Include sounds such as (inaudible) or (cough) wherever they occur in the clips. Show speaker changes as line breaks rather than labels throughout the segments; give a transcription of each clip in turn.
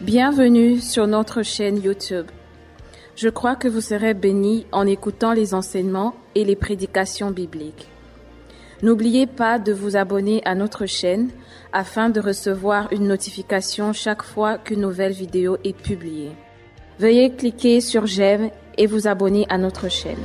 Bienvenue sur notre chaîne YouTube. Je crois que vous serez bénis en écoutant les enseignements et les prédications bibliques. N'oubliez pas de vous abonner à notre chaîne afin de recevoir une notification chaque fois qu'une nouvelle vidéo est publiée. Veuillez cliquer sur j'aime et vous abonner à notre chaîne.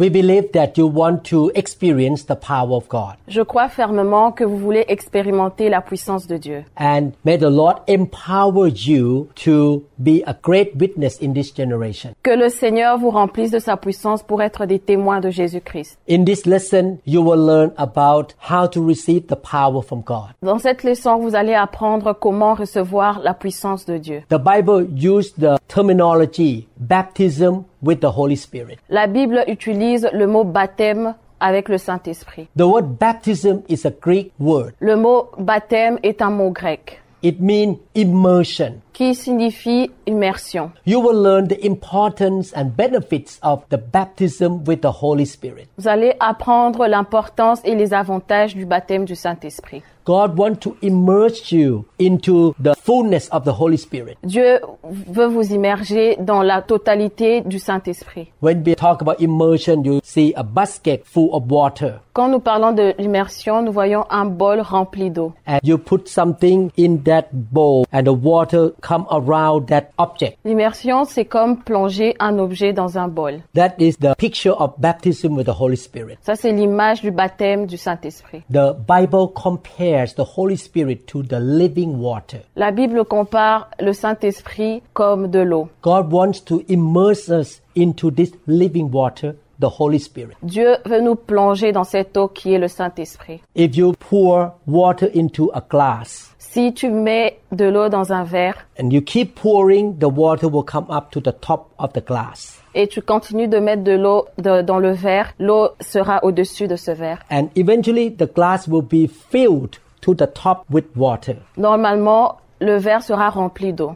We believe that you want to experience the power of God.
Je crois fermement que vous voulez expérimenter la puissance de Dieu.
And may the Lord empower you to be a great witness in this generation.
Que le Seigneur vous remplisse de sa puissance pour être des témoins de Jésus-Christ.
In this lesson, you will learn about how to receive the power from God.
Dans cette leçon, vous allez apprendre comment recevoir la puissance de Dieu.
The Bible used the terminology baptism with the Holy Spirit.
La Bible utilise le mot baptême avec le Saint-Esprit.
The word baptism is a Greek word.
Le mot baptême est un mot grec
It means immersion.
qui signifie immersion.
You will learn the importance and benefits of the baptism with the Holy Spirit.
Vous allez apprendre l'importance et les avantages du baptême du Saint-Esprit.
God wants to immerse you into the fullness of the Holy Spirit.
Dieu veut vous immerger dans la totalité du Saint-Esprit.
When we talk about immersion, you see a basket full of water
Quand nous parlons de l'immersion, nous voyons un bol rempli d'eau.
and you put something in that bowl and the water come around that object.
L'immersion, c'est comme plonger un objet dans un bol.
That is the picture of baptism with the Holy Spirit.
Ça, c'est l'image du baptême du Saint-Esprit.
The Bible compares the Holy Spirit to the living water.
La Bible compare le Saint-Esprit comme de l'eau.
God wants to immerse us into this living water, the Holy Spirit.
Dieu veut nous plonger dans cette eau qui est le Saint-Esprit.
If you pour water into a glass
Si tu mets de l'eau dans un verre
and you keep pouring, the water will come up to the top of the glass.
et tu continues de mettre de l'eau de- dans le verre, l'eau sera au-dessus de ce verre.
and eventually the glass will be filled to the top with water.
Normalement, le verre sera rempli d'eau.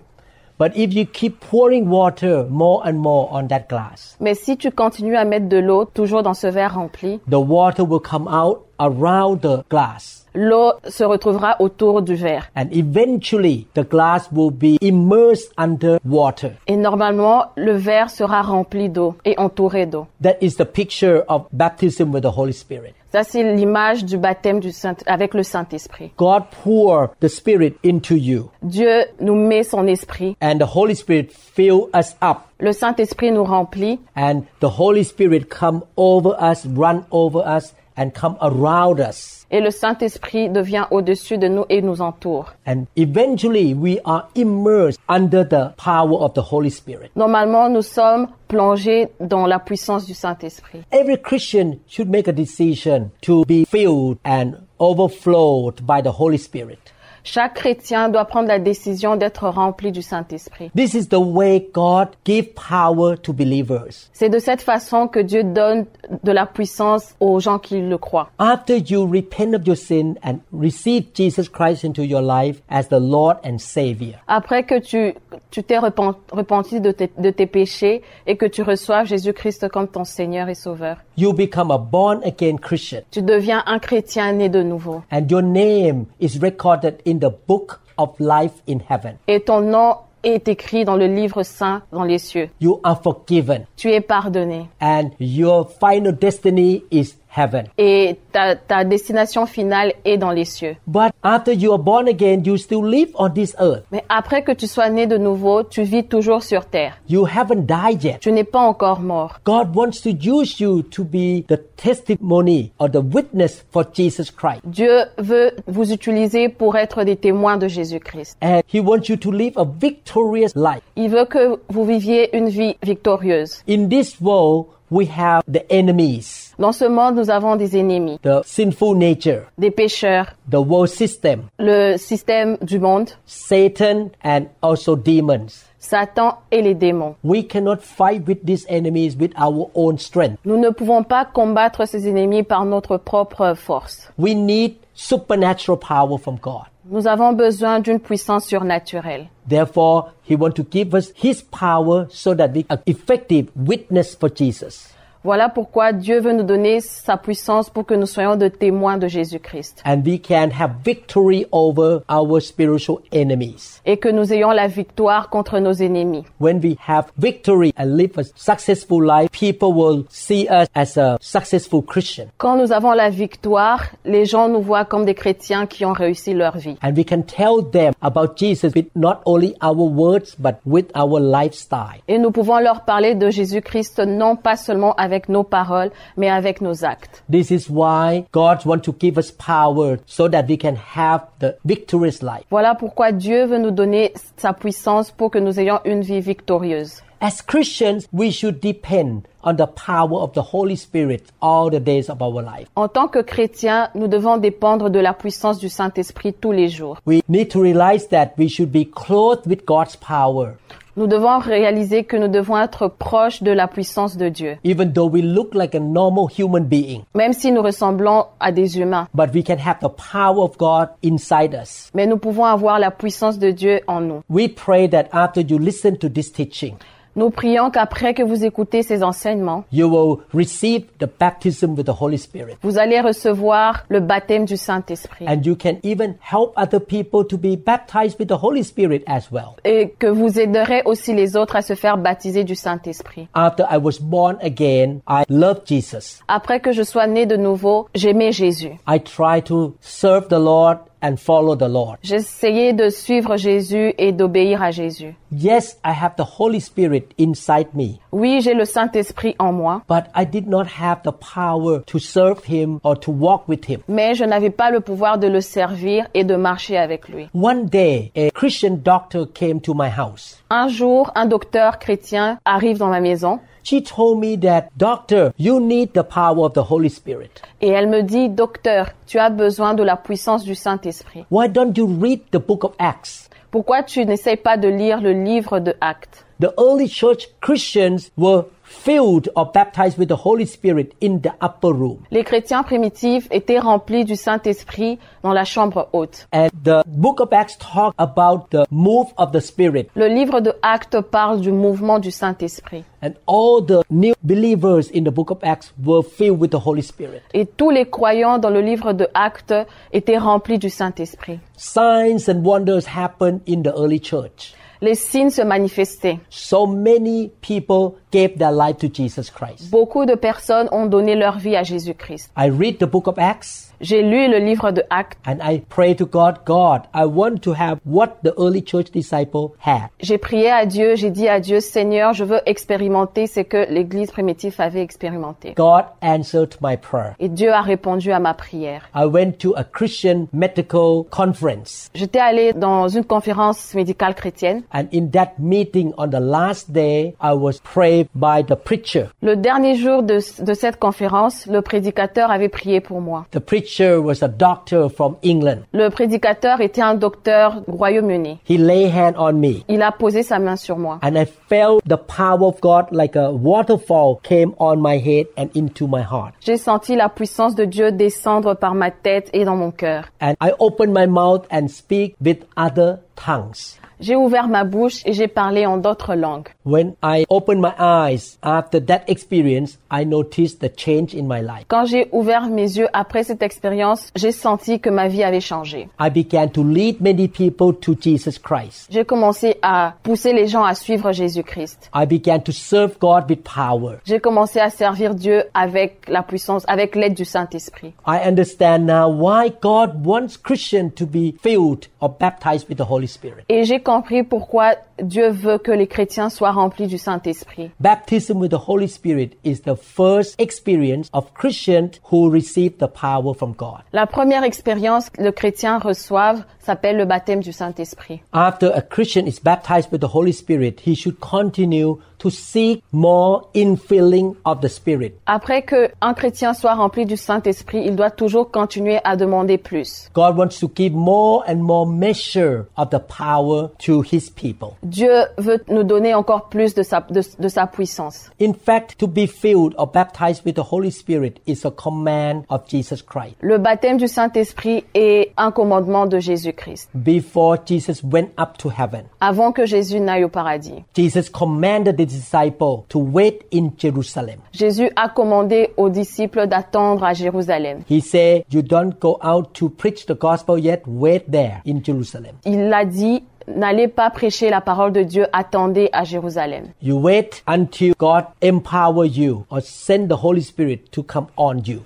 But if you keep pouring water more and more on that glass,
Mais si tu continues à mettre de l'eau toujours dans ce verre rempli,
the water will come out around the glass
l'eau se retrouvera autour du verre.
and eventually the glass will be immersed under water.
Et normalement, le verre sera rempli d'eau et entouré d'eau.
That is the picture of baptism with the Holy Spirit.
Ça, c'est l'image du baptême du Saint avec le Saint-Esprit.
God pour the Spirit into you
Dieu nous met son esprit.
and the Holy Spirit fill us up
Le Saint-Esprit nous remplit
and the Holy Spirit come over us, run over us and come around us.
et le Saint-Esprit devient au-dessus de nous et nous entoure.
And eventually we are immersed under the power of the Holy Spirit.
Normalement, nous sommes plongés dans la puissance du Saint-Esprit.
Every Christian should make a decision to be filled and overflowed by the Holy Spirit.
Chaque chrétien doit prendre la décision d'être rempli du Saint-Esprit.
This is the way God gives power to believers.
C'est de cette façon que Dieu donne de la puissance aux gens qui le croient.
After you repent of your sin and receive Jesus Christ into your life as the Lord and Savior,
Après que tu tu t'es repen- repenti de tes, de tes péchés et que tu reçois Jésus-Christ comme ton Seigneur et Sauveur,
you become a born again Christian
tu deviens un chrétien né de nouveau.
and your name is recorded in the book of life in heaven.
Et ton nom est écrit dans le livre saint dans les cieux.
You are forgiven.
Tu es pardonné.
and your final destiny is heaven.
Et ta, ta destination finale est dans les cieux.
But after you are born again, you still live on this earth.
Mais après que tu sois né de nouveau, tu vis toujours sur terre.
You haven't died yet.
Tu n'es pas encore mort.
God wants to use you to be the testimony or the witness for Jesus Christ.
Dieu veut vous utiliser pour être des témoins de Jésus-Christ.
And He wants you to live a victorious life.
Il veut que vous viviez une vie victorieuse.
In this world, we have the enemies,
Dans ce monde, nous avons des ennemis,
the sinful nature,
des pécheurs,
the world system,
le système du monde,
Satan, and also demons.
Satan et les démons.
We cannot fight with these enemies with our own strength.
Nous ne pouvons pas combattre ces ennemis par notre propre force.
We need supernatural power from God.
Nous avons besoin d'une puissance surnaturelle.
Therefore, he wants to give us his power so that we are effective witness for Jesus.
Voilà pourquoi Dieu veut nous donner sa puissance pour que nous soyons de témoins de Jésus-Christ
and we can have victory over our spiritual enemies.
et que nous ayons la victoire contre nos ennemis.
When we have victory and live a successful life, people will see us as a successful Christian.
Quand nous avons la victoire, les gens nous voient comme des chrétiens qui ont réussi leur vie.
And we can tell them about Jesus with not only our words, but with our lifestyle.
Et nous pouvons leur parler de Jésus-Christ non pas seulement avec nos paroles, mais avec nos actes.
This is why God wants to give us power so that we can have the victorious life.
Voilà pourquoi Dieu veut nous donner sa puissance pour que nous ayons une vie victorieuse.
As Christians, we should depend on the power of the Holy Spirit all the days of our life.
En tant que chrétiens, nous devons dépendre de la puissance du Saint-Esprit tous les jours.
We need to realize that we should be clothed with God's power.
Nous devons réaliser que nous devons être proches de la puissance de Dieu,
Even though we look like a normal human being,
même si nous ressemblons à des humains.
but we can have the power of God inside us.
Mais nous pouvons avoir la puissance de Dieu en nous.
We pray that after you listen to this teaching,
Nous prions qu'après que vous écoutez ces enseignements,
you will receive the baptism with the Holy Spirit.
vous allez recevoir le baptême du Saint-Esprit.
And you can even help other people to be baptized with the Holy Spirit as well.
et que vous aiderez aussi les autres à se faire baptiser du Saint-Esprit.
After I was born again, I loved Jesus.
Après que je sois né de nouveau, j'aimais Jésus.
I tried to serve the Lord and follow the Lord.
J'essayais de suivre Jésus et d'obéir à Jésus.
Yes, I have the Holy Spirit inside me,
Oui, j'ai le Saint-Esprit en moi,
but I did not have the power to serve Him or to walk with Him.
mais je n'avais pas le pouvoir de le servir et de marcher avec lui.
One day, a Christian doctor came to my house.
Un jour, un docteur chrétien arrive dans ma maison
She told me that, Doctor, you need the power of the Holy Spirit.
et elle me dit, Docteur, tu as besoin de la puissance du Saint-Esprit.
Why don't you read the book of Acts?
Pourquoi tu n'essayes pas de lire le livre de Actes
The early church Christians were filled or baptized with the Holy Spirit in the upper room.
Les chrétiens primitifs étaient remplis du Saint-Esprit dans la chambre haute.
And the book of Acts talk about the move of the Spirit.
Le livre de Actes parle du mouvement du Saint-Esprit.
And all the new believers in the book of Acts were filled with the Holy Spirit.
Et tous les croyants dans le livre de Actes étaient remplis du Saint-Esprit.
Signs and wonders happened in the early church.
Les signes se manifestaient.
So many people gave their life to Jesus Christ.
Beaucoup de personnes ont donné leur vie à Jésus-Christ.
I read the book of Acts
J'ai lu le livre de Actes.
and I pray to God, God, I want to have what the early church disciple had.
J'ai prié à Dieu, j'ai dit à Dieu, Seigneur, je veux expérimenter ce que l'Église primitive avait expérimenté.
God answered my prayer.
Et Dieu a répondu à ma prière.
I went to a Christian medical conference.
J'étais allée dans une conférence médicale chrétienne.
And in that meeting on the last day, I was prayed by the preacher.
Le dernier jour de, de cette conférence, le prédicateur avait prié pour moi.
The preacher was a doctor from England.
Le prédicateur était un docteur du Royaume-Uni.
He lay hand on me
Il a posé sa main sur moi.
and I felt the power of God like a waterfall came on my head and into my heart.
J'ai senti la puissance de Dieu descendre par ma tête et dans mon cœur.
And I opened my mouth and speak with other tongues.
J'ai ouvert ma bouche et j'ai parlé en d'autres langues.
When I opened my eyes after that experience, I noticed the change in my life.
Quand j'ai ouvert mes yeux après cette expérience, j'ai senti que ma vie avait changé.
I began to lead many people to Jesus Christ.
J'ai commencé à pousser les gens à suivre Jésus-Christ.
I began to serve God with power.
J'ai commencé à servir Dieu avec la puissance, avec l'aide du Saint-Esprit.
I understand now why God wants Christians to be filled or baptized with the Holy Spirit.
Et j'ai compris pourquoi Dieu veut que les chrétiens soient remplis du Saint-Esprit.
Baptism with the Holy Spirit is the first experience of Christians who receive the power from God.
La première expérience que le chrétien reçoive s'appelle le baptême du Saint-Esprit.
After a Christian is baptized with the Holy Spirit, he should continue to seek more infilling of the Spirit.
Après que un chrétien soit rempli du Saint-Esprit, il doit toujours continuer à demander plus.
God wants to give more and more measure of the power to his people.
Dieu veut nous donner encore plus de sa, de, de sa puissance.
In fact, to be filled or baptized with the Holy Spirit is a command of Jesus Christ.
Le baptême du Saint-Esprit est un commandement de Jésus-Christ.
Before Jesus went up to heaven,
Avant que Jésus n'aille au paradis,
Jesus commanded his disciples to wait in Jerusalem.
Jésus a commandé aux disciples d'attendre à Jérusalem.
He said, You don't go out to preach the gospel yet, wait there in Jerusalem.
Il a dit, n'allez pas prêcher la parole de Dieu, attendez à Jérusalem.
You wait until God empower you or send the Holy Spirit to come on you.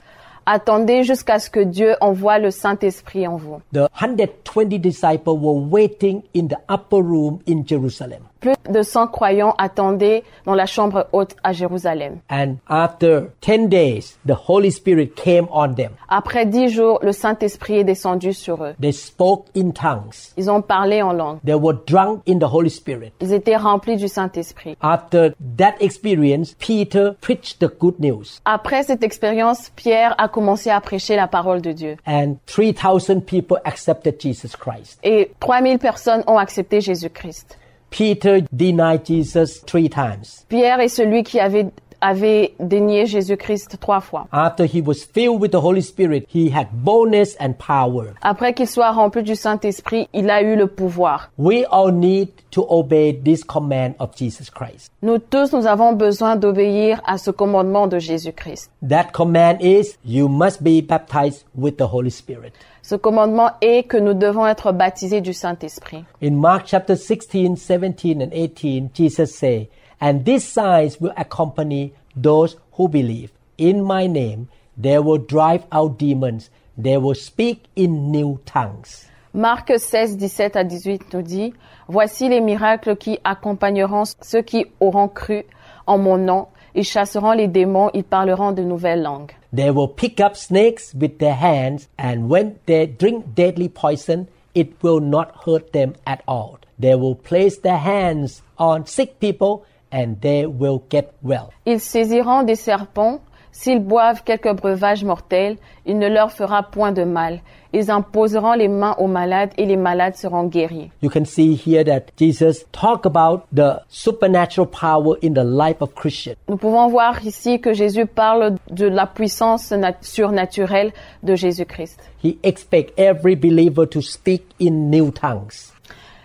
Attendez jusqu'à ce que Dieu envoie le Saint-Esprit en vous.
The 120 disciples were waiting in the upper room in Jerusalem.
Plus de 100 croyants attendaient dans la chambre haute à Jérusalem.
And after 10 days, the Holy Spirit came on them.
Après dix jours, le Saint-Esprit est descendu sur eux.
They spoke in tongues.
Ils ont parlé en langue.
They were drunk in the Holy Spirit.
Ils étaient remplis du Saint-Esprit.
After that experience, Peter preached the good news.
Après cette expérience, Pierre a commencé à prêcher la parole de Dieu.
And 3,000 people accepted Jesus Christ.
Et 3000 personnes ont accepté Jésus-Christ.
Peter denied Jesus three times.
Pierre est celui qui avait, avait dénié Jésus-Christ trois fois.
After he was filled with the Holy Spirit, he had boldness and power.
Après qu'il soit rempli du Saint-Esprit, il a eu le pouvoir.
We all need to obey this command of Jesus Christ.
Nous tous, nous avons besoin d'obéir à ce commandement de Jésus-Christ.
That command is you must be baptized with the Holy Spirit.
Ce commandement est que nous devons être baptisés du Saint-Esprit.
In Mark chapter 16, 17, and 18, Jesus said, And these signs will accompany those who believe. In my name, they will drive out demons. They will speak in new tongues.
Marc 16, 17 à 18 nous dit, Voici les miracles qui accompagneront ceux qui auront cru en mon nom. Ils chasseront les démons, ils parleront de nouvelles langues.
They will pick up snakes with their hands, and when they drink deadly poison, it will not hurt them at all. They will place their hands on sick people, and they will get well.
Ils saisiront des serpents. S'ils boivent quelque breuvage mortel, il ne leur fera point de mal. Ils imposeront les mains aux malades et les malades seront guéris.
You can see here that Jesus talked about the supernatural power in the life of Christian.
Nous pouvons voir ici que Jésus parle de la puissance nat- surnaturelle de Jésus-Christ.
He expects every believer to speak in new tongues,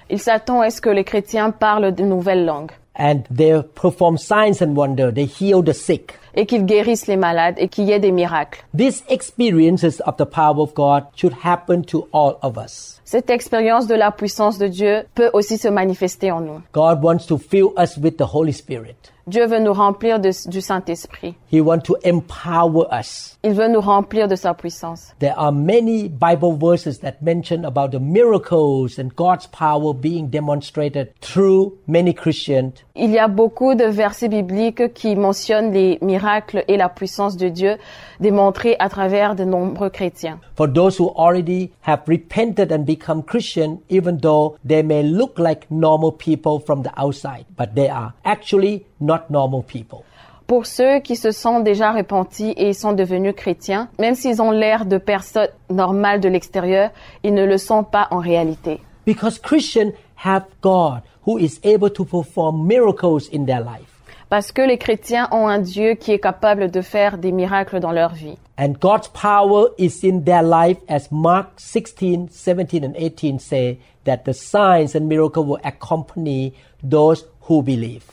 Il s'attend à ce que les chrétiens parlent de nouvelles langues
and they perform signs and wonder. They heal the sick.
et qu'ils guérissent les malades et qu'il y ait des miracles.
These experiences of the power of God should happen to all of us.
Cette expérience de la puissance de Dieu peut aussi se manifester en nous.
God wants to fill us with the Holy Spirit.
Dieu veut nous remplir de- du Saint-Esprit.
He wants to empower us.
Il veut nous remplir de sa puissance.
There are many Bible verses that mention about the miracles and God's power being demonstrated through many Christians.
Il y a beaucoup de versets bibliques qui mentionnent les miracles et la puissance de Dieu démontrés à travers de nombreux chrétiens.
For those who already have repented and become Christian, even though they may look like normal people from the outside, but they are actually not normal people.
Pour ceux qui se sont déjà repentis et sont devenus chrétiens, même s'ils ont l'air de personnes normales de l'extérieur, ils ne le sont pas en réalité.
Because Christians have God who is able to perform miracles in their life.
Parce que les chrétiens ont un Dieu qui est capable de faire des miracles dans leur vie.
And God's power is in their life as Mark 16, 17, and 18 say that the signs and miracles will accompany those who believe.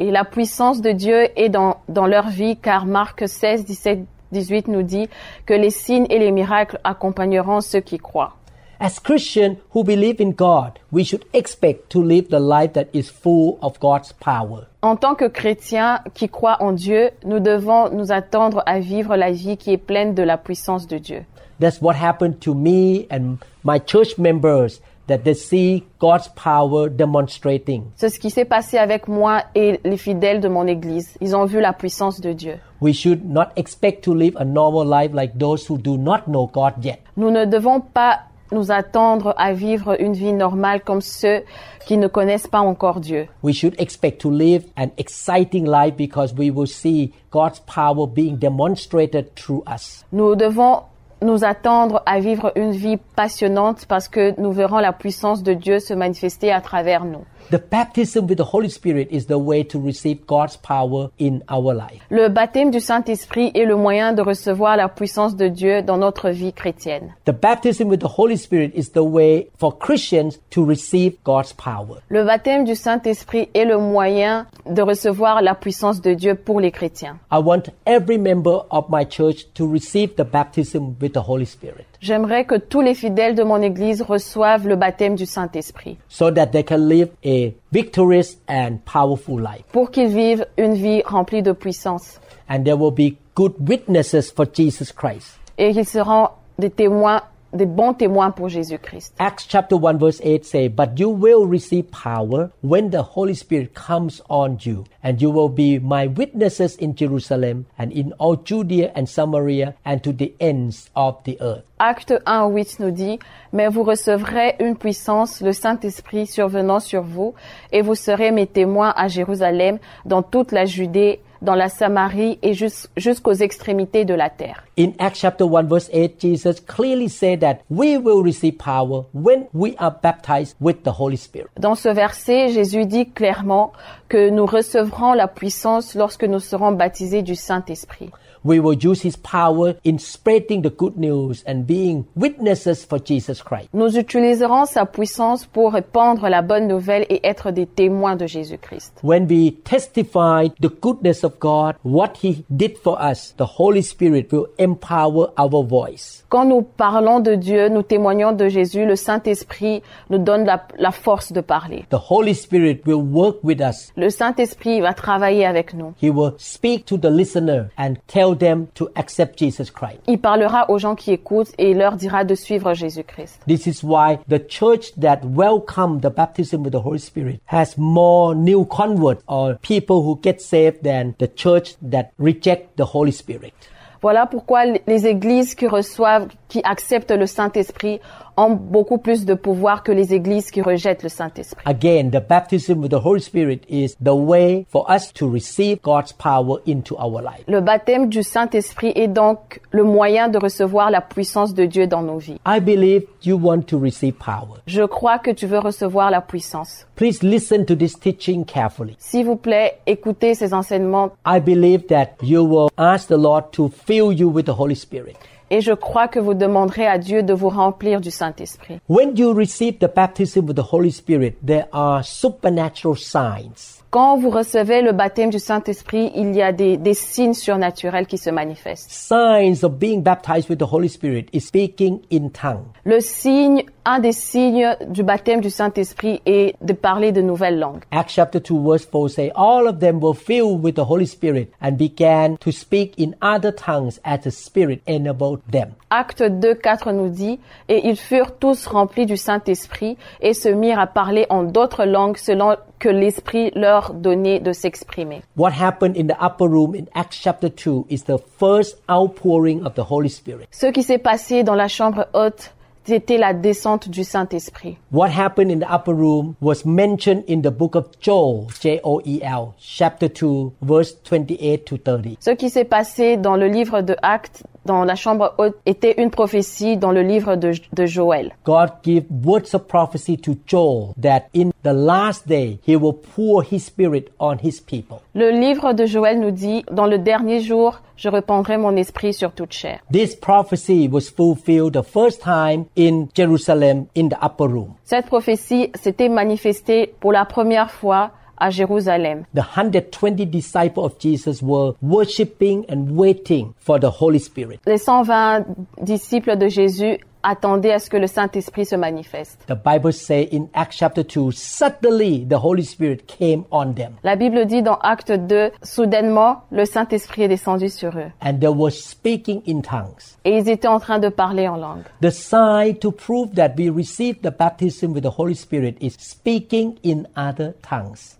Et la puissance de Dieu est dans, dans leur vie, car Marc 16, 17, 18 nous dit que les signes et les miracles accompagneront ceux qui croient.
As Christians who believe in God, we should expect to live the life that is full of God's power.
En tant que chrétiens qui croient en Dieu, nous devons nous attendre à vivre la vie qui est pleine de la puissance de Dieu.
That's what happened to me and my church members that they see God's power demonstrating.
C'est ce qui s'est passé avec moi et les fidèles de mon Église. Ils ont vu la puissance de Dieu.
We should not expect to live a normal life like those who do not know God yet.
Nous ne devons pas nous attendre à vivre une vie normale comme ceux qui ne connaissent pas encore Dieu.
We should expect to live an exciting life because we will see God's power being demonstrated through us.
Nous devons nous attendre à vivre une vie passionnante parce que nous verrons la puissance de Dieu se manifester à travers nous.
The baptism with the Holy Spirit is the way to receive God's power in our life.
Le baptême du Saint-Esprit est le moyen de recevoir la puissance de Dieu dans notre vie chrétienne.
The baptism with the Holy Spirit is the way for Christians to receive God's power.
Le baptême du Saint-Esprit est le moyen de recevoir la puissance de Dieu pour les chrétiens.
I want every member of my church to receive the baptism with the Holy Spirit
J'aimerais que tous les fidèles de mon Église reçoivent le baptême du Saint-Esprit
so that they can live a victorious and powerful life.
pour qu'ils vivent une vie remplie de puissance
And they will be good witnesses for Jesus Christ.
et qu'ils seront des témoins, des bons témoins pour Jésus-Christ.
Acts chapter 1 verse 8 say, But you will receive power when the Holy Spirit comes on you, and you will be my witnesses in Jerusalem and in all Judea and Samaria and to the ends of the earth.
Acte 1, 8 nous dit, mais vous recevrez une puissance, le Saint-Esprit survenant sur vous, et vous serez mes témoins à Jérusalem, dans toute la Judée, dans la Samarie et jus- jusqu'aux extrémités de la terre.
In Acts chapter 1 verse 8, Jesus clearly said that we will receive power when we are baptized with the Holy Spirit.
Dans ce verset, Jésus dit clairement que nous recevrons la puissance lorsque nous serons baptisés du Saint-Esprit.
We will use his power in spreading the good news and being witnesses for Jesus Christ.
Nous utiliserons sa puissance pour répandre la bonne nouvelle et être des témoins de Jésus-Christ.
When we testify the goodness of God, what He did for us, the Holy Spirit will empower our voice.
Quand nous parlons de Dieu, nous témoignons de Jésus, le Saint-Esprit nous donne la, la force de parler.
The Holy Spirit will work with us.
Le Saint-Esprit va travailler avec nous.
He will speak to the listener and tell them to accept Jesus Christ.
Il parlera aux gens qui écoutent et il leur dira de suivre Jésus-Christ.
This is why the church that welcomes the baptism with the Holy Spirit has more new converts or people who get saved than the church that reject the Holy Spirit.
Voilà pourquoi l- les églises qui reçoivent, qui acceptent le Saint-Esprit ont beaucoup plus de pouvoir que les églises qui rejettent le Saint-Esprit.
Again, the baptism with the Holy Spirit is the way for us to receive God's power into our life.
Le baptême du Saint-Esprit est donc le moyen de recevoir la puissance de Dieu dans nos vies.
I believe you want to receive power.
Je crois que tu veux recevoir la puissance.
Please listen to this teaching carefully.
S'il vous plaît, écoutez ces enseignements
I believe that you will ask the Lord to fill you with the Holy Spirit.
et je crois que vous demanderez à Dieu de vous remplir du Saint-Esprit.
When you receive the baptism with the Holy Spirit, there are supernatural signs.
Quand vous recevez le baptême du Saint-Esprit, il y a des, des signes surnaturels qui se manifestent.
Signs of being baptized with the Holy Spirit is speaking in tongue.
Le signe, un des signes du baptême du Saint-Esprit est de parler de nouvelles langues.
Acts chapter 2 verse 4 say, All of them were filled with the Holy Spirit and began to speak in other tongues as the Spirit enabled them.
Acte 2, 4 nous dit, et ils furent tous remplis du Saint-Esprit et se mirent à parler en d'autres langues selon que l'Esprit leur donnait de s'exprimer.
What happened in the upper room in Acts chapter 2 is the first outpouring of the Holy Spirit.
Ce qui s'est passé dans la chambre haute, c'était la descente du Saint-Esprit.
What happened in the upper room was mentioned in the book of Joel, J O E L, chapter 2, verse 28 to 30.
Ce qui s'est passé dans le livre de Actes, dans la chambre haute, était une prophétie dans le livre de, de Joël.
God gave words of prophecy to Joel that in the last day he will pour his spirit on his people.
Le livre de Joël nous dit, dans le dernier jour, je répandrai mon esprit sur toute chair.
This prophecy was fulfilled the first time in Jerusalem in the upper room.
Cette prophétie s'était manifestée pour la première fois à Jérusalem.
The 120 disciples of Jesus were worshiping and waiting for the Holy Spirit.
Les 120 disciples de Jésus attendaient à ce que le Saint-Esprit se manifeste.
The Bible says in Acts chapter 2, suddenly the Holy Spirit came on them
La Bible dit dans Acte 2, soudainement, le Saint-Esprit est descendu sur eux.
and they were speaking in tongues.
Et ils étaient en train de parler en langue.
The sign to prove that we received the baptism with the Holy Spirit is speaking in other tongues.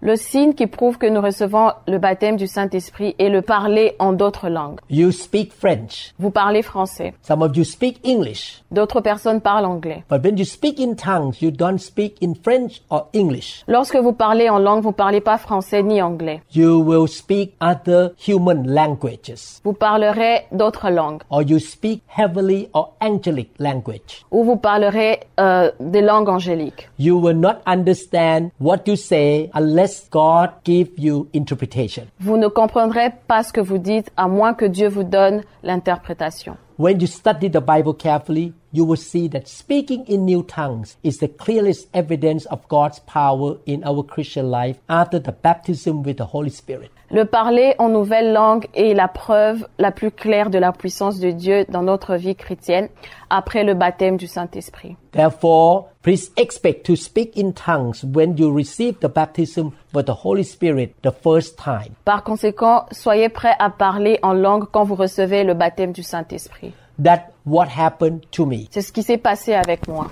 Le signe qui prouve que nous recevons le baptême du Saint-Esprit est le parler en d'autres langues.
You speak French.
Vous parlez français.
Some of you speak English.
D'autres personnes parlent anglais.
But when you speak in tongues, you don't speak in French or English.
Lorsque vous parlez en langue, vous parlez pas français ni anglais.
You will speak other human languages.
Vous parlerez d'autres langues
Or you speak heavenly or angelic language.
ou vous parlerez euh, des langues angéliques.
You will not understand what you say unless God give you interpretation.
Vous ne comprendrez pas ce que vous dites à moins que Dieu vous donne l'interprétation.
When you study the Bible carefully, you will see that speaking in new tongues is the clearest evidence of God's power in our Christian life after the baptism with the Holy Spirit.
Le parler en nouvelle langue est la preuve la plus claire de la puissance de Dieu dans notre vie chrétienne après le baptême du Saint-Esprit.
Therefore, please expect to speak in tongues when you receive the baptism with the Holy Spirit the first time.
Par conséquent, soyez prêts à parler en langue quand vous recevez le baptême du Saint-Esprit.
That what happened to me.
C'est ce qui s'est passé avec moi.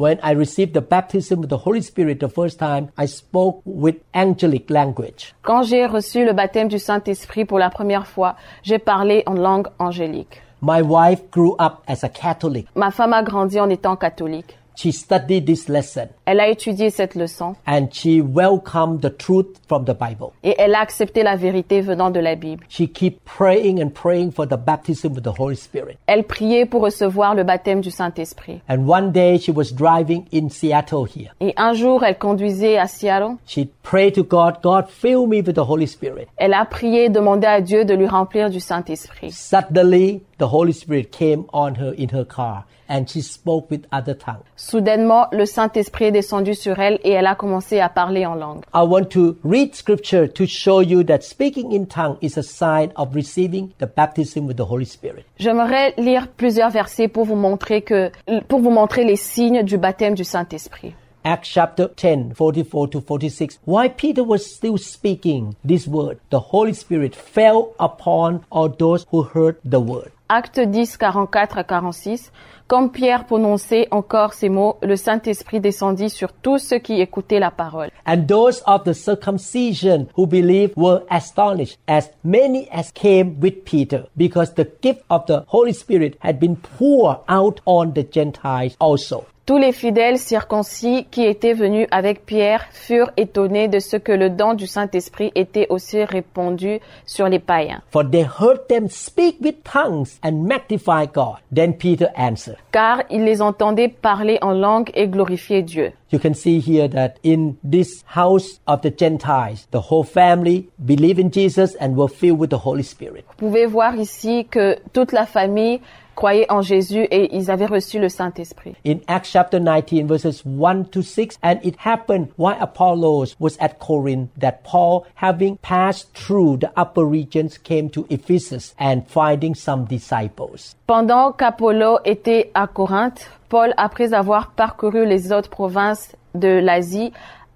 When I received the baptism with the Holy Spirit the first time, I spoke with angelic language.
Quand j'ai reçu le baptême du Saint-Esprit pour la première fois, j'ai parlé en langue angélique.
My wife grew up as a Catholic.
Ma femme a grandi en étant catholique.
She studied this lesson.
Elle a étudié cette leçon
and she welcomed the truth from the Bible.
et elle a accepté la vérité venant de la Bible.
She kept praying and praying for the baptism with the Holy Spirit.
Elle priait pour recevoir le baptême du Saint-Esprit.
And one day she was driving in Seattle here.
Et un jour, elle conduisait à Seattle.
She prayed to God, God, fill me with the Holy Spirit.
Elle a prié, demandé à Dieu de lui remplir du Saint-Esprit.
Suddenly, the Holy Spirit came on her in her car and she spoke with other tongue.
Soudainement, le Saint-Esprit est descendu sur elle et elle a commencé à parler en langue.
I want to read scripture to show you that speaking in tongue is a sign of receiving the baptism with the Holy Spirit.
J'aimerais lire plusieurs versets pour vous montrer que, pour vous montrer les signes du baptême du Saint-Esprit.
Acts chapter 10, 44 to 46. While Peter was still speaking this word, the Holy Spirit fell upon all those who heard the word.
Acte 10, 44 à 46. Comme Pierre prononçait encore ces mots, le Saint-Esprit descendit sur tous ceux qui écoutaient la parole.
And those of the circumcision who believed were astonished, as many as came with Peter, because the gift of the Holy Spirit had been poured out on the Gentiles also.
Tous les fidèles circoncis qui étaient venus avec Pierre furent étonnés de ce que le don du Saint-Esprit était aussi répandu sur les païens.
For they heard them speak with tongues and magnify God. Then Peter answered.
car ils les entendaient parler en langue et glorifier Dieu.
You can see here that in this house of the Gentiles, the whole family believed in Jesus and were filled with the Holy Spirit.
Vous pouvez voir ici que toute la famille croyait en Jésus et ils avaient reçu le Saint-Esprit.
In Acts chapter 19, verses 1 to 6, and it happened while Apollos was at Corinth that Paul, having passed through the upper regions, came to Ephesus and finding some disciples.
Pendant qu'Apollo était à Corinthe, Paul, après avoir parcouru les autres provinces de l'Asie,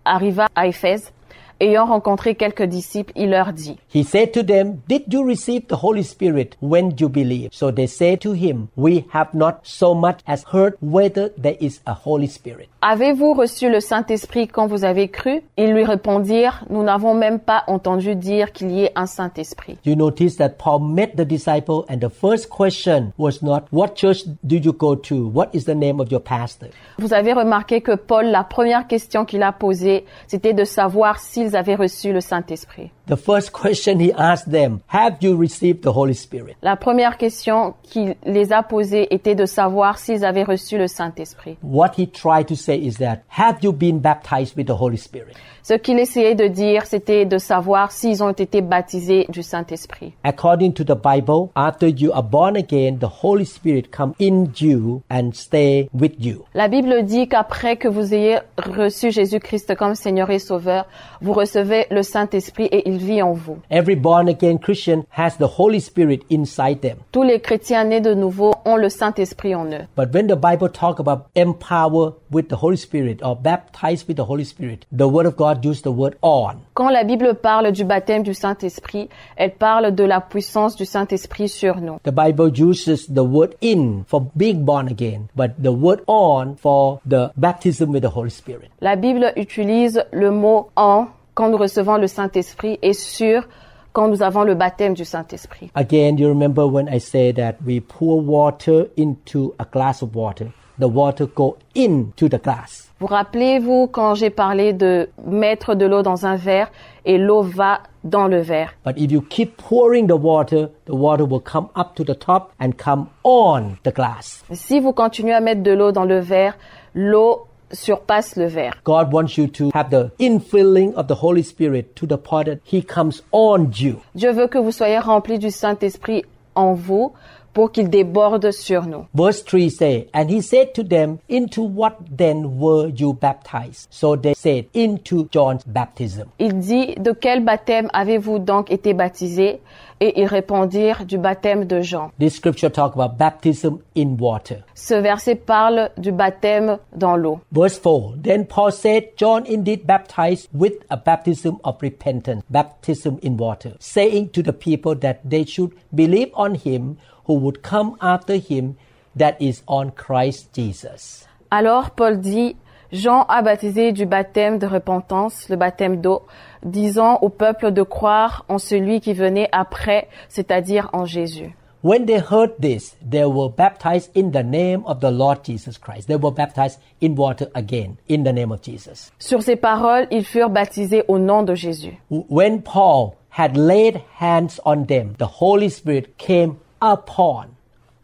arriva à Éphèse. Ayant rencontré quelques disciples, il leur dit,
He said to them, Did you receive the Holy Spirit when you believed? So they said to him, We have not so much as heard whether there is a Holy Spirit.
Avez-vous reçu le Saint-Esprit quand vous avez cru Ils lui répondirent, Nous n'avons même pas entendu dire qu'il y ait un Saint-Esprit.
You notice that Paul met the disciple, and the first question was not, What church do you go to? What is the name of your pastor?
Vous avez remarqué que Paul, la première question qu'il a posée, c'était de savoir s'ils avaient reçu le Saint-Esprit.
The first (laughs) question he asked them, Have you received the Holy Spirit?
La première question qu'il les a posée était de savoir s'ils avaient reçu le Saint-Esprit.
What he tried to say is that, Have you been baptized with the Holy Spirit?
Ce qu'il essayait de dire, c'était de savoir s'ils ont été baptisés du Saint-Esprit.
According to the Bible, after you are born again, the Holy Spirit come in you and stay with you.
La Bible dit qu'après que vous ayez reçu Jésus-Christ comme Seigneur et Sauveur, vous recevez le Saint-Esprit et il vit en vous.
Every born again Christian has the Holy Spirit inside them.
Tous les chrétiens nés de nouveau ont le Saint-Esprit en eux.
But when the Bible talk about empower with the Holy Spirit or baptized with the Holy Spirit, the Word of God use the word on.
Quand la Bible parle du baptême du Saint-Esprit, elle parle de la puissance du Saint-Esprit sur nous.
The Bible uses the word in for being born again, but the word on for the baptism with the Holy Spirit.
La Bible utilise le mot en quand nous recevons le Saint-Esprit et sur quand nous avons le baptême du Saint-Esprit.
Again, you remember when I say that we pour water into a glass of water. The water go into the glass.
Vous rappelez-vous quand j'ai parlé de mettre de l'eau dans un verre et l'eau va dans le verre.
But if you keep pouring the water, the water will come up to the top and come on the glass.
Si vous continuez à mettre de l'eau dans le verre, l'eau surpasse le verre.
God wants you to have the infilling of the Holy Spirit to the point that He comes on you.
Dieu veut que vous soyez remplis du Saint-Esprit en vous pour qu'il déborde sur nous.
Verse 3 say, And he said to them, Into what then were you baptized? So they said, Into John's baptism.
Il dit, de quel baptême avez-vous donc été baptisés Et ils répondirent, du baptême de Jean.
This scripture talk about baptism in water.
Ce verset parle du baptême dans l'eau.
Verse 4 Then Paul said, John indeed baptized with a baptism of repentance, baptism in water, saying to the people that they should believe on him who would come after him, that is on Christ Jesus.
Alors Paul dit, Jean a baptisé du baptême de repentance, le baptême d'eau, disant au peuple de croire en celui qui venait après, c'est-à-dire en Jésus.
When they heard this, they were baptized in the name of the Lord Jesus Christ. They were baptized in water again, in the name of Jesus.
Sur ces paroles, ils furent baptisés au nom de Jésus.
When Paul had laid hands on them, the Holy Spirit came upon,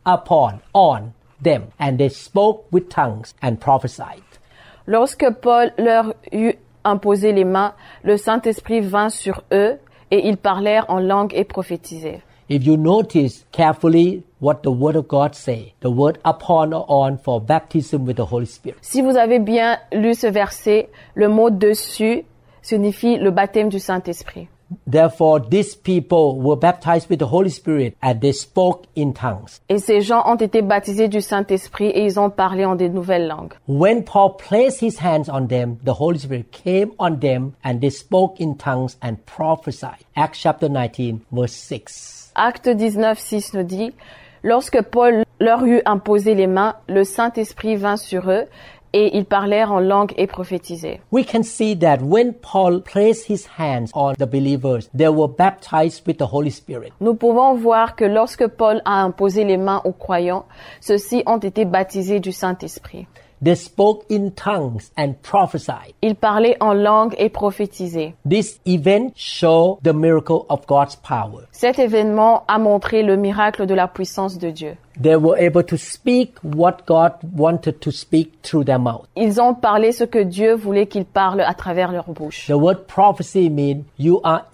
upon, on them, and they spoke with tongues and prophesied.
Lorsque Paul leur eut imposé les mains, le Saint-Esprit vint sur eux et ils parlèrent en langue et prophétisèrent.
If you notice carefully what the Word of God say, the word upon or on for baptism with the Holy Spirit.
Si vous avez bien lu ce verset, le mot dessus signifie le baptême du Saint-Esprit.
Therefore, these people were baptized with the Holy Spirit and they spoke in tongues.
Et ces gens ont été baptisés du Saint-Esprit et ils ont parlé en des nouvelles langues.
When Paul placed his hands on them, the Holy Spirit came on them and they spoke in tongues and prophesied. Acts chapter 19, verse 6.
Acte 19, 6 nous dit, lorsque Paul leur eut imposé les mains, le Saint-Esprit vint sur eux et ils parlèrent en langue et prophétisèrent.
We can see that when Paul placed his hands on the believers, they were baptized with the Holy Spirit.
Nous pouvons voir que lorsque Paul a imposé les mains aux croyants, ceux-ci ont été baptisés du Saint-Esprit.
They spoke in tongues and prophesied.
Ils parlaient en langue et prophétisaient.
This event showed the miracle of God's power.
Cet événement a montré le miracle de la puissance de Dieu.
They were able to speak what God wanted to speak through their mouth.
Ils ont parlé ce que Dieu voulait qu'ils parlent à travers leur bouche.
The word prophecy means you are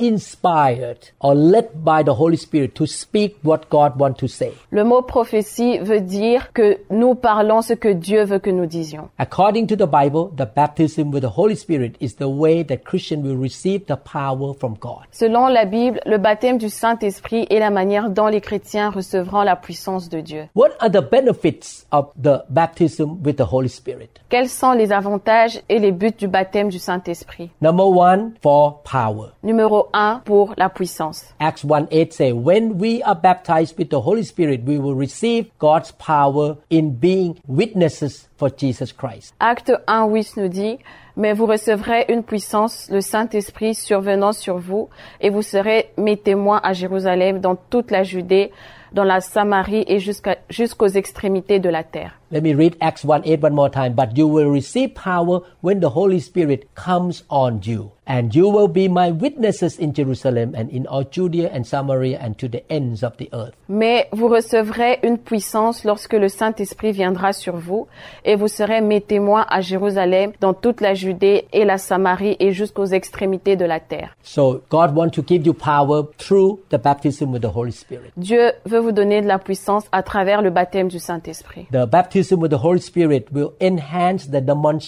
inspired or led by the Holy Spirit to speak what God wants to say.
Le mot prophétie veut dire que nous parlons ce que Dieu veut que nous disions.
According to the Bible, the baptism with the Holy Spirit is the way that Christian will receive the power from God.
Selon la Bible, le baptême du Saint-Esprit est la manière dont les chrétiens recevront la puissance de Dieu.
What are the benefits of the baptism with the Holy Spirit?
Quels sont les avantages et les buts du baptême du Saint-Esprit
Number one, for power.
Numéro 1 pour la puissance.
Acts 1 8 say, When we are baptized with the Holy Spirit, we will receive God's power in being witnesses for Jesus Christ.
Acte 1, 8 nous dit, mais vous recevrez une puissance, le Saint-Esprit survenant sur vous, et vous serez mes témoins à Jérusalem, dans toute la Judée, dans la Samarie et jusqu'à- jusqu'aux extrémités de la terre.
Let me read Acts 1 8 one more time. But you will receive power when the Holy Spirit comes on you, and you will be my witnesses in Jerusalem and in all Judea and Samaria and to the ends of the earth.
Mais vous recevrez une puissance lorsque le Saint-Esprit viendra sur vous, et vous serez mes témoins à Jérusalem, dans toute la Judée et la Samarie et jusqu'aux extrémités de la terre.
So God wants to give you power through the baptism with the Holy Spirit.
Dieu veut vous donner de la puissance à travers le baptême du Saint-Esprit.
The baptism with the Holy Spirit will enhance the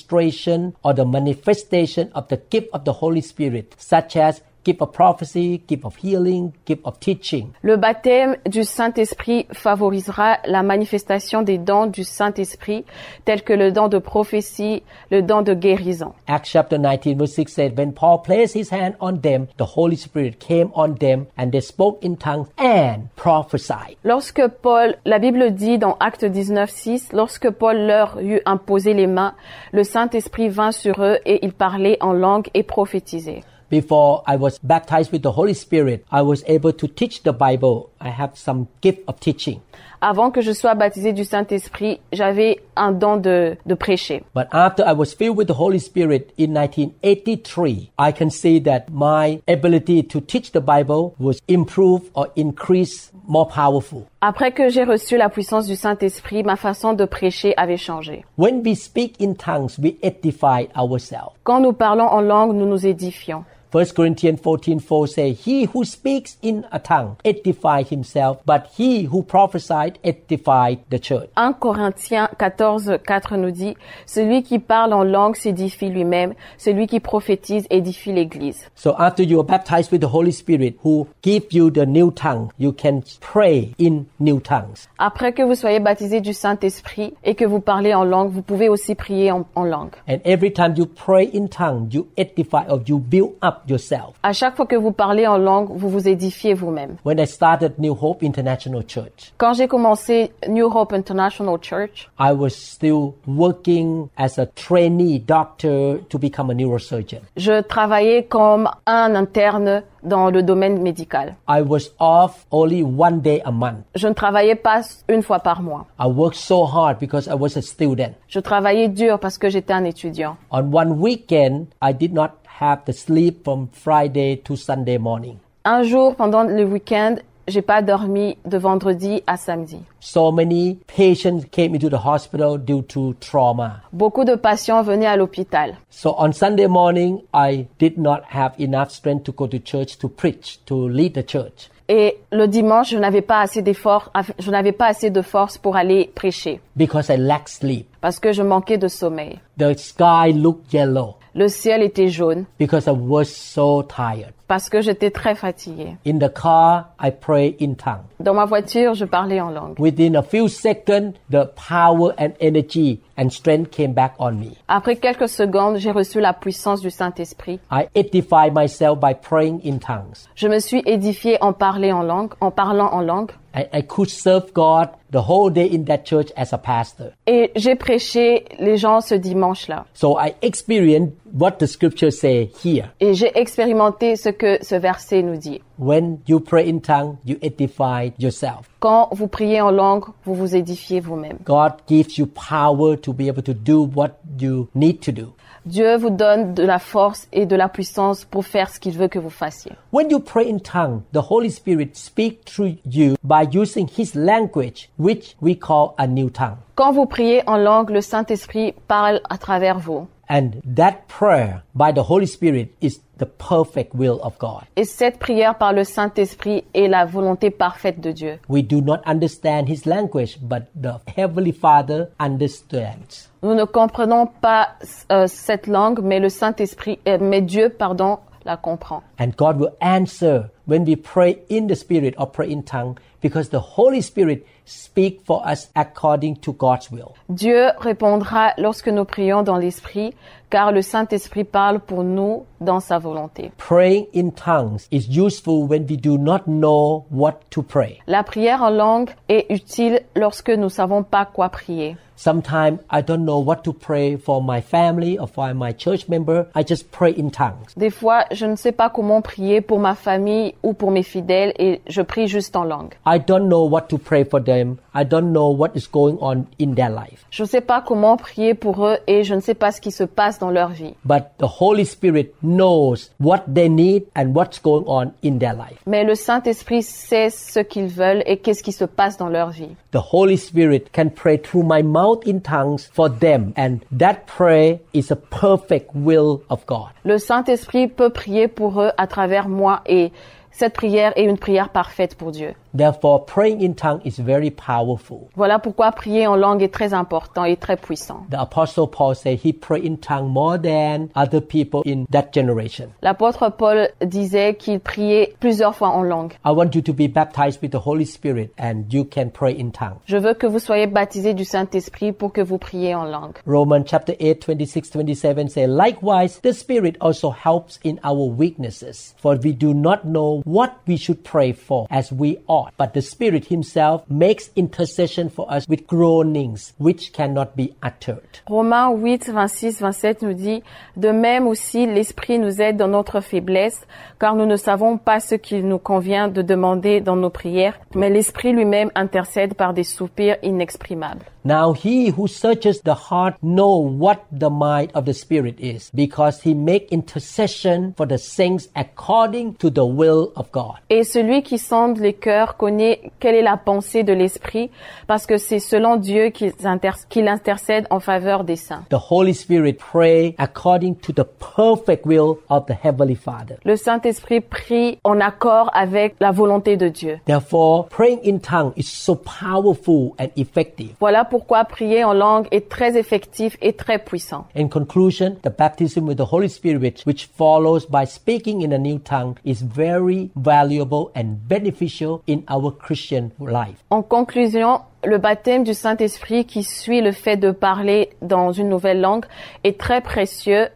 demonstration or the manifestation of the gift of the Holy Spirit, such as gift of prophecy, gift of healing, gift of teaching.
Le baptême du Saint-Esprit favorisera la manifestation des dons du Saint-Esprit, tels que le don de prophétie, le don de guérison.
Acts chapter 19 verse 6 said, When Paul placed his hand on them, the Holy Spirit came on them and they spoke in tongues and prophesied.
Lorsque Paul, la Bible dit dans Acte 19, 6, lorsque Paul leur eut imposé les mains, le Saint-Esprit vint sur eux et ils parlaient en langue et prophétisaient.
Before I was baptized with the Holy Spirit, I was able to teach the Bible. I have some gift of teaching.
Avant que je sois baptisé du Saint-Esprit, j'avais un don de, de prêcher.
But after I was filled with the Holy Spirit in 1983, I can see that my ability to teach the Bible was improved or increased more powerful.
Après que j'ai reçu la puissance du Saint-Esprit, ma façon de prêcher avait changé.
When we speak in tongues, we edify ourselves.
Quand nous parlons en langue, nous nous édifions.
1 Corinthians 14 4 says, He who speaks in a tongue edifies himself, but he who prophesies edifies the church.
1 Corinthiens 14, 4 nous dit, Celui qui parle en langue s'édifie lui-même, celui qui prophétise édifie l'Église.
So after you are baptized with the Holy Spirit, who give you the new tongue, you can pray in new tongues.
Après que vous soyez baptisé du Saint-Esprit et que vous parlez en langue, vous pouvez aussi prier en, en langue.
And every time you pray in tongue, you edify or you build up yourself.
À chaque fois que vous parlez en langue, vous vous édifiez vous-même.
When I started New Hope International Church,
Quand j'ai commencé New Hope International Church,
I was still working as a trainee doctor to become a neurosurgeon.
je travaillais comme un interne dans le domaine médical.
I was off only one day a month.
Je ne travaillais pas une fois par mois.
I worked so hard because I was a student.
Je travaillais dur parce que j'étais un étudiant.
On one weekend, I did not have the sleep from Friday to Sunday morning.
Un jour, pendant le week-end, j'ai pas dormi de vendredi à samedi.
So many patients came into the hospital due to trauma.
Beaucoup de patients venaient à l'hôpital.
So on Sunday morning, I did not have enough strength to go to church to preach, to lead the church.
Et le dimanche, je n'avais pas assez d'efforts, aff- je n'avais pas assez de force pour aller prêcher
because I lacked sleep.
parce que je manquais de sommeil.
The sky looked yellow
Le ciel était jaune
because I was so tired.
parce que j'étais très fatiguée.
In the car, I pray in tongue.
Dans ma voiture, je parlais en langue.
Within a few seconds, the power and energy and strength came back on me.
Après quelques secondes, j'ai reçu la puissance du Saint-Esprit.
I edify myself by praying in tongues.
Je me suis édifiée en parler en langue, en parlant en langue.
I, I could serve God the whole day in that church as a pastor.
Et j'ai prêché les gens ce dimanche-là.
So I experienced what the scripture say here.
Et j'ai expérimenté ce que ce verset nous dit.
When you pray in tongue, you edify yourself.
Quand vous priez en langue, vous vous édifiez vous-même.
God gives you power to be able to do what you need to do.
Dieu vous donne de la force et de la puissance pour faire ce qu'il veut que vous fassiez.
When you pray in tongue, the Holy Spirit speaks through you by using His language, which we call a new tongue.
Quand vous priez en langue, le Saint-Esprit parle à travers vous.
And that prayer by the Holy Spirit is the perfect will of God.
Et cette prière par le Saint-Esprit est la volonté parfaite de Dieu.
We do not understand His language, but the Heavenly Father understands.
Nous ne comprenons pas euh, cette langue, mais le Saint-Esprit, euh, mais Dieu, pardon, la comprend.
And God will answer when we pray in the Spirit or pray in tongue, because the Holy Spirit speaks for us according to God's will.
Dieu répondra lorsque nous prions dans l'Esprit, car le Saint-Esprit parle pour nous dans sa volonté.
Praying in tongues is useful when we do not know what to pray.
La prière en langue est utile lorsque nous savons pas quoi prier.
Sometimes I don't know what to pray for my family or for my church member. I just pray in tongues.
Des fois, je ne sais pas comment prier pour ma famille ou pour mes fidèles et je prie juste en langue.
I don't know what to pray for them. I don't know what is going on in their life.
Je ne sais pas comment prier pour eux et je ne sais pas ce qui se passe dans leur vie.
But the Holy Spirit knows what they need and what's going on in their life.
Mais le Saint-Esprit sait ce qu'ils veulent et qu'est-ce qui se passe dans leur vie.
The Holy Spirit can pray through my mouth in tongues for them. And that prayer is a perfect will of God.
Le Saint-Esprit peut prier pour eux à travers moi et cette prière est une prière parfaite pour Dieu.
Therefore, praying in tongue is very powerful.
Voilà pourquoi prier en langue est très important et très puissant.
The apostle Paul said he prayed in tongue more than other people in that generation.
L'apôtre Paul disait qu'il priait plusieurs fois en langue.
I want you to be baptized with the Holy Spirit and you can pray in tongue.
Je veux que vous soyez baptisés du Saint-Esprit pour que vous priez en langue.
Romans chapter 8, 26, 27 say, Likewise, the Spirit also helps in our weaknesses, for we do not know what we should pray for as we ought, but the Spirit Himself makes intercession for us with groanings which cannot be uttered.
Romains 8, 26, 27 nous dit, De même aussi l'Esprit nous aide dans notre faiblesse, car nous ne savons pas ce qu'il nous convient de demander dans nos prières, mais l'Esprit lui-même intercède par des soupirs inexprimables.
Now he who searches the heart know what the mind of the Spirit is, because he make intercession for the saints according to the will of God.
Et celui qui sonde les cœurs connaît quelle est la pensée de l'Esprit, parce que c'est selon Dieu qu'il inter- qu'il intercède en faveur des saints.
The Holy Spirit pray according to the perfect will of the Heavenly Father.
Le Saint-Esprit prie en accord avec la volonté de Dieu.
Therefore, praying in tongue is so powerful and effective.
Voilà pourquoi prier en langue est très effectif et très puissant.
In conclusion, the baptism with the Holy Spirit, which follows by speaking in a new tongue, is very valuable and beneficial in our Christian life.
En conclusion, le baptême du Saint-Esprit qui suit le fait de parler dans une nouvelle langue est très précieux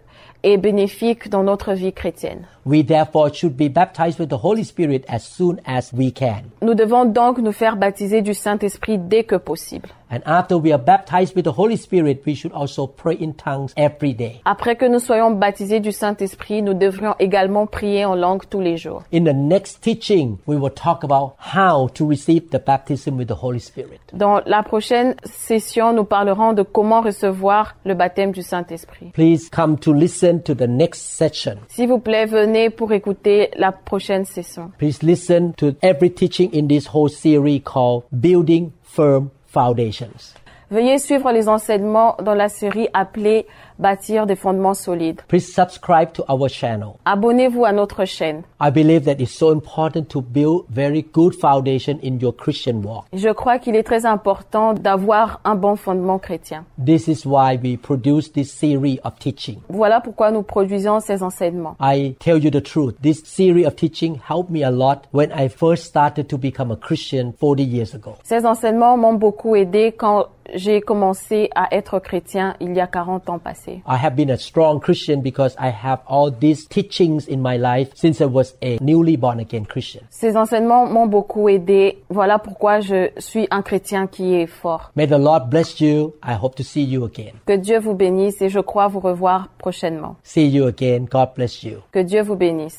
et bénéfique dans notre vie chrétienne.
We therefore should be baptized with the Holy Spirit as soon as we can.
Nous devons donc nous faire baptiser du Saint-Esprit dès que possible.
And after we are baptized with the Holy Spirit, we should also pray in tongues every day.
Après que nous soyons baptisés du Saint-Esprit, nous devrions également prier en langue tous les jours.
In the next teaching, we will talk about how to receive the baptism with the Holy Spirit.
Dans la prochaine session, nous parlerons de comment recevoir le baptême du Saint-Esprit.
Please come to listen to the next session.
S'il vous plaît, venez pour écouter la prochaine session.
Please listen to every teaching in this whole series called Building Firm Foundations.
Veuillez suivre les enseignements dans la série appelée Bâtir des fondements solides.
Please subscribe to our channel.
Abonnez-vous à notre chaîne.
I believe that it's so important to build very good foundation in your Christian walk.
Je crois qu'il est très important d'avoir un bon fondement chrétien.
This is why we produce this series of teaching.
Voilà pourquoi nous produisons ces enseignements.
I tell you the truth, this series of teaching helped me a lot when I first started to become a Christian 40 years ago.
Ces enseignements m'ont beaucoup aidé quand j'ai commencé à être chrétien il y a 40 ans passés.
I have been a strong Christian because I have all these teachings in my life since I was a newly born again Christian.
Ces enseignements m'ont beaucoup aidé. Voilà pourquoi je suis un chrétien qui est fort.
May the Lord bless you. I hope to see you again.
Que Dieu vous bénisse et je crois vous revoir prochainement.
See you again. God bless you.
Que Dieu vous bénisse.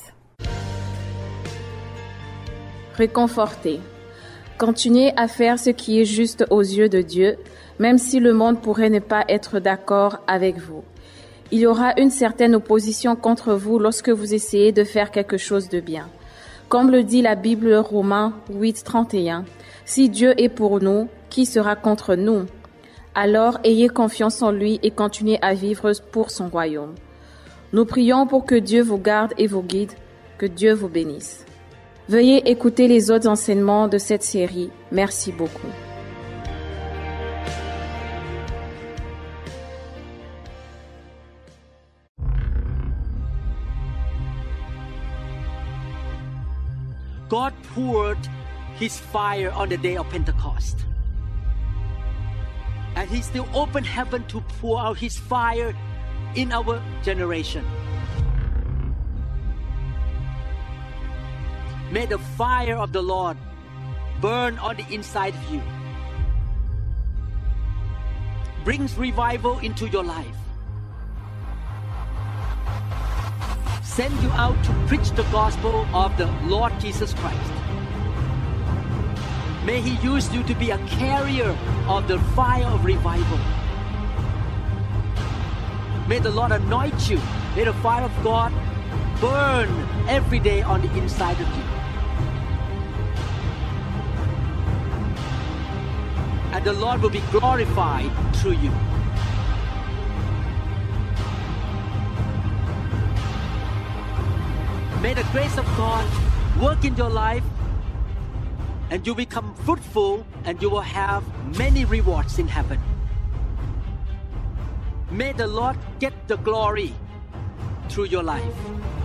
Réconfortez. Continuez à faire ce qui est juste aux yeux de Dieu, même si le monde pourrait ne pas être d'accord avec vous. Il y aura une certaine opposition contre vous lorsque vous essayez de faire quelque chose de bien. Comme le dit la Bible Romains 8, 31, si Dieu est pour nous, qui sera contre nous? Alors ayez confiance en lui et continuez à vivre pour son royaume. Nous prions pour que Dieu vous garde et vous guide, que Dieu vous bénisse. Veuillez écouter les autres enseignements de cette série. Merci beaucoup.
God poured his fire on the day of Pentecost. And he still opened heaven to pour out his fire in our generation. May the fire of the Lord burn on the inside of you. Brings revival into your life. Send you out to preach the gospel of the Lord Jesus Christ. May He use you to be a carrier of the fire of revival. May the Lord anoint you. May the fire of God burn every day on the inside of you. And the Lord will be glorified through you. May the grace of God work in your life and you become fruitful and you will have many rewards in heaven. May the Lord get the glory through your life.